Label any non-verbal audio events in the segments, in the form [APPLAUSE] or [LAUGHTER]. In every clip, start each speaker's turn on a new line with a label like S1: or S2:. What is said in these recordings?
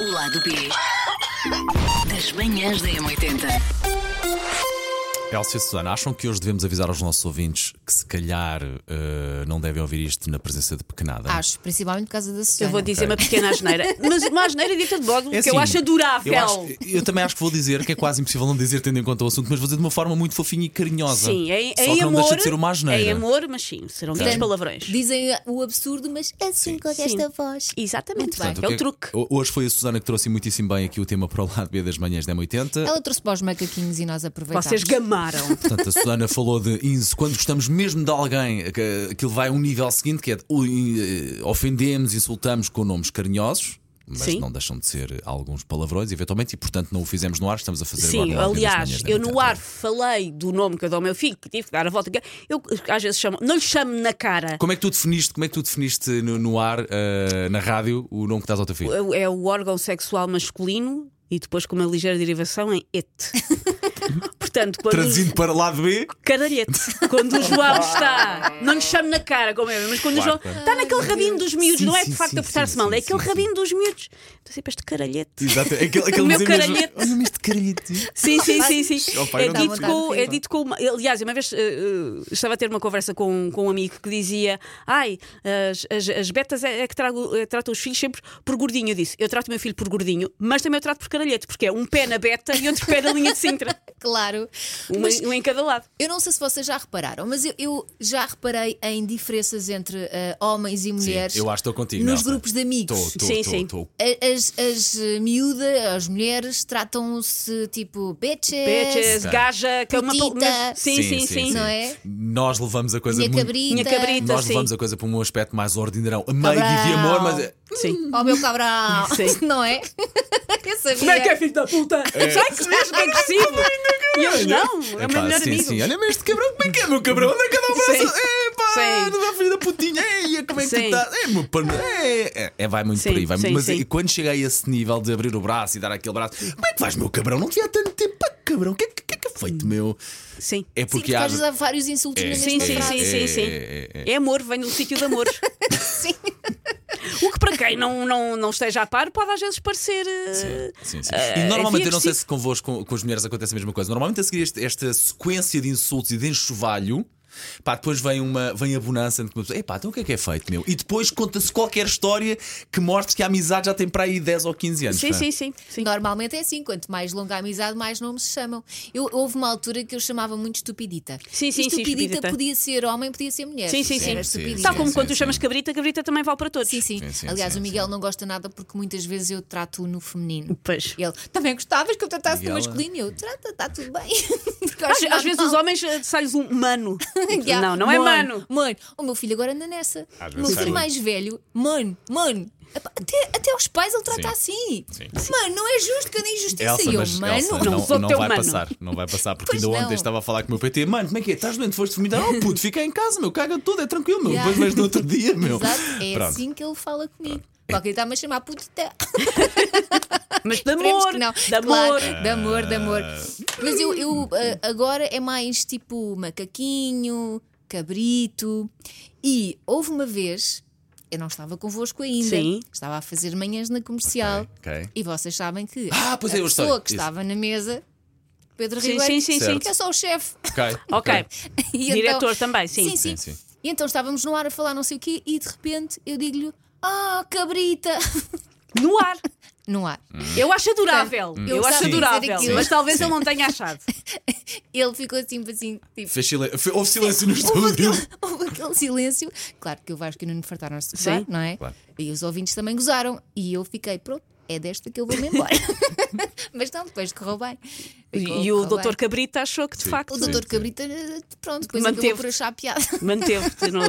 S1: O lado B das manhãs da M80.
S2: Elcio e Susana, acham que hoje devemos avisar aos nossos ouvintes que se calhar eh, não devem ouvir isto na presença de pequenada?
S3: Acho, principalmente por causa da Susana.
S4: Eu vou dizer uma pequena asneira, mas uma asneira dita de modo
S2: É
S4: que eu
S2: assim,
S4: acho adorável.
S2: Eu, acho- eu também acho que é vou dizer que é quase impossível não dizer, tendo em conta o assunto, mas vou dizer de uma forma muito fofinha e carinhosa.
S4: Sim, é, é
S2: Só que
S4: amor.
S2: não deixa de ser uma asneira.
S4: É amor, mas sim, serão ditos
S3: Portanto,
S4: palavrões.
S3: Dizem o absurdo, mas assim com esta voz. Muito
S4: Exatamente,
S2: Portanto,
S4: é
S2: que
S4: o truque.
S2: ho- Hoje foi a Susana que trouxe muitíssimo bem aqui o tema para o lado B das manhãs da M80.
S3: Ela trouxe para os macaquinhos e nós aproveitámos.
S4: Vocês gamaram.
S2: Portanto, a Susana falou de inse- quando gostamos mesmo de alguém, que aquilo vai a um nível seguinte, que é de, ui, eh, ofendemos, insultamos com nomes carinhosos. Mas
S4: Sim.
S2: não deixam de ser alguns palavrões, eventualmente, e portanto não o fizemos no ar, estamos a fazer agora
S4: Sim,
S2: no ar das
S4: aliás,
S2: manhãs da
S4: eu no
S2: M80.
S4: ar falei do nome que eu dou ao meu filho, que tive que dar a volta. que Eu às vezes chamo, não lhe chamo na cara.
S2: Como é que tu definiste, como é que tu definiste no, no ar, eh, na rádio, o nome que dás ao teu filho?
S4: É o órgão sexual masculino e depois com uma ligeira derivação em
S2: [LAUGHS]
S4: it. Portanto, quando
S2: Traduzindo para lado B,
S4: Caralhete. Quando o João está. Não lhe chamo na cara, como é, mas quando
S2: Claro,
S4: o João.
S2: claro.
S4: Está naquele rabinho dos miúdos,
S2: Sim,
S4: não é
S2: sim,
S4: de facto
S2: sim,
S4: a portar-se
S2: sim,
S4: mal, é
S2: sim,
S4: aquele
S2: sim,
S4: rabinho dos miúdos. Estou sempre este caralhete.
S2: exato, aquele, aquele
S4: [LAUGHS] O meu
S2: desenho mesmo.
S4: caralhete.
S2: Olha-me este caralhete.
S4: Sim, sim, sim, sim.
S2: Oh, pai,
S4: É
S2: não
S4: dito,
S3: dá vontade
S4: com,
S3: de
S4: é
S3: rir.
S4: dito com uma- Aliás, uma vez eh, eh, estava a ter uma conversa com, com um amigo que dizia: Ai, as, as, as betas é, é que trago, eh, tratam os filhos sempre por gordinho. Eu disse: Eu trato o meu filho por gordinho, mas também eu trato por caralhete, porque é um pé na beta e outro pé na linha de
S2: [LAUGHS]
S4: Sintra.
S3: Claro.
S4: Um,
S3: Mas
S4: em- um em cada lado.
S3: eu não sei se vocês já repararam, mas eu, eu já reparei em diferenças entre ah, homens e mulheres
S2: eu acho que estou contigo,
S3: nos
S2: Elsa.
S3: grupos de amigos.
S2: Estou, estou,
S4: Sim,
S2: estou,
S4: sim.
S2: estou.
S3: A- As, as eh, miúdas, as mulheres, tratam-se tipo bitches,
S4: Bitches, gaja, que é uma
S3: Putita.
S4: mas- sim, sim, sim,
S3: Não é?
S2: Nós levamos a coisa
S3: minha
S2: muito.
S3: cabrita,
S4: Minha cabrita.
S2: Nós
S4: Então, sim. Tá
S2: levamos a coisa para um aspecto mais ordinarão. Meio de
S3: Cabrão.
S2: amor, mas. é-
S4: Sim.
S3: ó oh, meu cabrão,
S4: Sim.
S3: [LAUGHS] não é? Eu sabia.
S4: Como é que é filho da puta? Sai que se mexe que é agressivo. E eles não, é o meu
S2: Epá,
S4: melhor
S2: sim,
S4: amigo.
S2: sim. Olha-me este cabrão, como é que é, meu cabrão? Anda cá, dá um braço.
S4: Sim.
S2: Epá,
S4: Sim.
S2: não dá filho da putinha. Ei, como é que tu
S4: Sim.
S2: estás? É, meu pano. É, é, é, vai muito
S4: Sim,
S2: por aí. Vai muito-
S4: sim,
S2: mas
S4: sim.
S2: e quando chega a esse nível de abrir o braço e dar aquele braço, como é que vais, meu cabrão? Não te vi há tanto tempo, pá, cabrão. O que, é que- que é que é feito, meu?
S4: Sim.
S2: É
S3: Sim,
S2: porque
S3: porque
S2: há.
S3: às vezes há vários insultos na mesma
S4: Sim, sim,
S3: frase.
S4: sim, sim, sim.
S2: é, é,
S4: É amor, vem do sítio de amor.
S3: Sim.
S4: O que para quem não, não, não esteja a par pode às vezes parecer. eh,
S2: Sim, sim.
S4: eh,
S2: e normalmente, eu não sei
S4: divertido.
S2: se convosco, com, com as mulheres acontece a mesma coisa. Normalmente, a seguir este- esta sequência de insultos e de enxovalho. Pá, depois vem, uma, vem a bonança de que uma pessoa, epá, então o que é que é feito, meu? E depois conta-se qualquer história que mostre que a amizade já tem para aí 10 ou 15 anos.
S4: Sim,
S2: pá.
S4: sim, sim. sim.
S3: Normalmente é assim, quanto mais longa a amizade, mais nomes se chamam. Eu, houve uma altura que eu chamava muito estupidita.
S4: Sim, sim,
S3: E
S4: sim,
S3: estupidita,
S4: estupidita.
S3: podia ser homem, podia ser mulher.
S4: Sim, sim, sim.
S3: Era
S2: Sim,
S3: estupidita.
S4: Tal como
S2: sim,
S4: quando
S2: sim.
S4: tu chamas cabrita, cabrita também vale para todos.
S3: Sim, sim.
S2: Sim, sim,
S3: Aliás,
S2: sim,
S3: o Miguel não gosta nada porque muitas vezes eu trato-o no feminino.
S4: Pois.
S3: Ele também gostavas que eu tratasse no
S2: Miguel,
S3: masculino e eu trata, está tudo bem. [LAUGHS] Gosto
S4: Às,
S3: nada
S4: às vezes
S3: mal.
S4: os homens eh, sai-lhes um mano.
S3: Já.
S4: Não, não é
S3: Mano,
S4: mano.
S3: Mano, o meu filho agora anda nessa.
S2: Às
S3: O meu
S2: vezes é sai muito.
S3: filho mais velho, mano, mano. Epá, Até, até os pais ele trata assim.
S2: Sim.
S3: Mano, não é justo que eu nem justiça.
S2: Elsa,
S3: E eu,
S2: mas
S3: mano,
S2: Elsa,
S4: Não
S2: não,
S4: sou
S2: não
S4: teu
S2: vai
S4: mano.
S2: passar, não vai passar, porque
S3: Pois
S2: ainda ontem
S3: não.
S2: estava a falar com o meu PT, mano, como é que é? Estás doente, foste vomitar? Oh puto, fica em casa, meu, caga tudo, é tranquilo, meu,
S3: Yeah.
S2: depois vejo no outro dia, meu.
S3: Exato, é
S2: Pronto.
S3: assim que ele fala comigo. Qualquer está-me a chamar putita.
S4: Mas de
S3: Esperemos
S4: amor,
S3: que não.
S4: de amor.
S3: Claro, de amor, de amor. Mas eu, eu ah, agora é mais tipo macaquinho, cabrito. E houve uma vez, eu não estava convosco ainda,
S4: Sim.
S3: estava a fazer manhãs na comercial.
S2: Ok, ok.
S3: E vocês sabem que
S2: Ah, pois
S3: a
S2: é, eu sei.
S3: pessoa que
S2: Isso.
S3: estava na mesa, Pedro
S4: Sim,
S3: Ribeiro,
S4: sim, sim,
S2: sim.
S3: que é só o chefe. [LAUGHS]
S2: Ok.
S4: Ok.
S3: E então-
S4: Diretor também, sim.
S3: Sim, sim.
S2: Sim, sim.
S3: E então estávamos no ar a falar não sei o quê e de repente eu digo-lhe, ah, cabrita,
S4: No ar.
S3: no ar.
S2: Hum.
S4: Eu acho adorável.
S3: Eu
S4: Eu acho
S3: sei dizer
S4: adorável.
S3: aquilo.
S4: Mas talvez
S2: Sim.
S4: ele não tenha achado.
S3: Ele ficou assim, assim, tipo...
S2: Fez silen- fe- Houve silêncio no
S3: Houve
S2: estúdio.
S3: aquele, [LAUGHS] houve aquele silêncio. Claro que eu acho que não fartaram-se de gozar,
S4: Sim.
S3: não é?
S2: Claro.
S3: E os ouvintes também gozaram. E eu fiquei, pronto, é desta que eu vou-me embora. [LAUGHS] Mas não, depois correu bem. Ficou-
S4: E o
S3: correu bem.
S4: doutor Cabrita achou que de facto
S3: O
S2: Sim,
S3: doutor
S2: sim.
S3: Cabrita, eh, pronto, depois
S4: Manteve.
S3: acabou por achar piada. [LAUGHS]
S4: manteve-te [LAUGHS] no,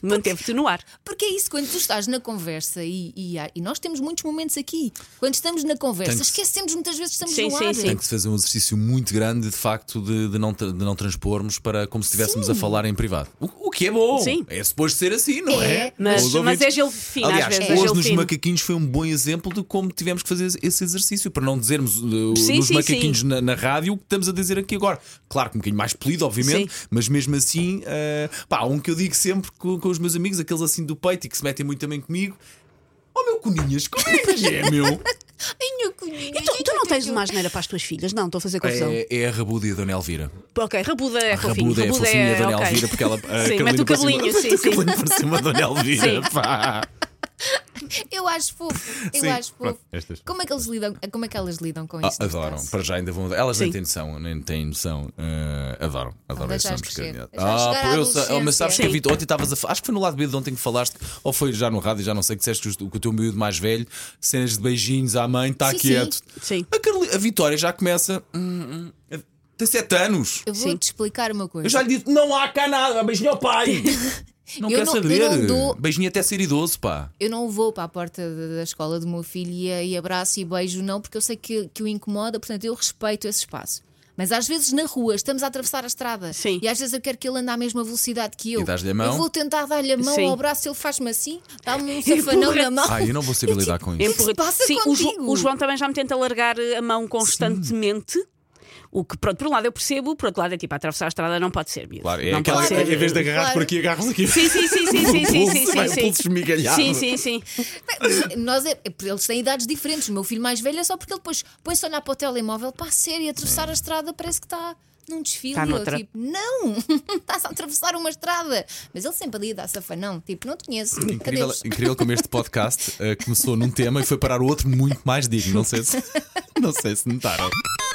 S4: manteve no ar.
S3: Porque é isso, quando tu estás na conversa e, e há- e nós temos muitos momentos aqui, quando estamos na conversa,
S2: Tem que se-
S3: esquecemos muitas vezes que estamos
S4: Sim,
S3: no
S4: sim,
S3: ar.
S4: sim.
S2: Tem que se fazer um exercício muito grande de facto de, de não, tra- de não transpormos para como se estivéssemos a falar em privado. O, o que é bom.
S4: Sim.
S2: É suposto ser assim, não é?
S3: É,
S4: mas-
S2: Os
S4: mas
S2: ouvintes-
S4: é gelo fino, às
S2: Aliás,
S4: vezes, é
S2: hoje
S4: gelo
S2: nos
S4: fino.
S2: macaquinhos foi um bom exemplo de como tivemos que fazer esse exercício, para não dizermos uh,
S4: Sim,
S2: nos
S4: sim,
S2: macaquinhos Na, na rádio o que estamos a dizer aqui agora. Claro que um bocadinho mais polido, obviamente, mas mesmo assim, uh, pá, um que eu digo sempre com, com os meus
S4: [LAUGHS]
S2: amigos, aqueles assim do peito e que se metem muito também comigo. Oh meu Coninhas, como é que é, meu?
S4: E tu, tu não tens uma asneira para as tuas filhas? Não, estou a fazer confusão.
S2: É, é a Rabuda e a Dona Elvira.
S4: Ok, Rabuda é
S2: A
S4: fofinho.
S2: Rabuda é fofinha e a Dona
S4: ok.
S2: Elvira,
S4: [LAUGHS]
S2: porque ela. eh, a
S4: Sim, mete o
S2: Carolina
S4: cabelinho,
S2: parecia-
S4: sim, sim.
S2: o cabelinho parecia uma Dona Elvira. Pá.
S3: Eu acho fofo. Eu
S2: Sim,
S3: acho fofo.
S2: pronto, estas.
S3: Como é que eles lidam? Como é que elas lidam com
S2: Ah,
S3: isto?
S2: adoram, para já ainda vão. Elas nem
S4: Sim.
S2: têm noção, nem têm noção. Ah, adoram, adoram esses
S3: deixar
S2: nomes
S3: crescer.
S2: pequeninos.
S3: Deixar chegar à
S2: pô, eu sei- oh,
S3: adolescência.
S2: mas sabes que
S4: Sim.
S2: Vitor, ontem estavas a fa- Acho que foi no lado B de ontem que falaste, ou foi já no rádio, já não sei, que disseste que os- que o teu miúdo mais velho, cenas de beijinhos à mãe, está
S3: Sim,
S2: quieto.
S4: Sim.
S2: A, Caroli- a Vitória já começa. hum, hum, tem 7 anos.
S3: Eu vou-te explicar uma coisa.
S2: Eu já lhe disse: não há cá nada, beijinho ao pai. Não
S3: Eu
S2: quer
S3: não- eu
S2: saber.
S3: não dou-
S2: Beijinho até ser idoso, pá.
S3: Eu não vou para a porta da da escola do meu filho e, e abraço e beijo, não, porque eu sei que, que o incomoda, portanto eu respeito esse espaço. Mas às vezes na rua estamos a atravessar a estrada
S4: Sim.
S3: e às vezes eu quero que ele ande à mesma velocidade que eu.
S2: E dás-lhe a
S3: Eu
S2: mão?
S3: vou tentar dar-lhe a mão
S4: Sim.
S3: ao braço, ele faz-me assim,
S4: [LAUGHS]
S3: dá-me um safanão na mão.
S2: Ai, Ah, eu não vou saber lidar com isso.
S4: Empurra-
S3: se passa
S4: Sim, o, Jo-
S3: contigo?
S4: o João também já me tenta largar eh, a mão constantemente. O que, pronto, por um lado eu percebo, por outro lado é tipo, atravessar a estrada não pode ser. miúdo.
S2: Claro, é
S4: não
S2: aquela
S4: pode
S2: que
S4: ser.
S2: em vez de agarrar
S3: Claro.
S2: por aqui, agarras aqui.
S4: Sim,
S2: [LAUGHS]
S4: sim, sim, sim, sim, sim,
S2: pulso,
S4: sim, sim,
S2: vai o
S4: sim.
S2: pulso esmigalhado.
S4: Sim, sim, sim.
S3: Nós é- eles têm idades diferentes. O meu filho mais velho é só porque ele depois põe-se a olhar para o telemóvel para a sério e atravessar a estrada parece que está num desfile.
S4: Está
S3: Eu,
S4: noutra.
S3: tipo, não! [LAUGHS] Estás a atravessar uma estrada. Mas ele sempre ali dá safanão. Tipo, não te conheço.
S2: Incrível,
S3: Adeus.
S2: incrível como este podcast eh, começou num tema e foi parar outro muito mais digno. Não sei se,
S4: [LAUGHS]
S2: não sei se notaram.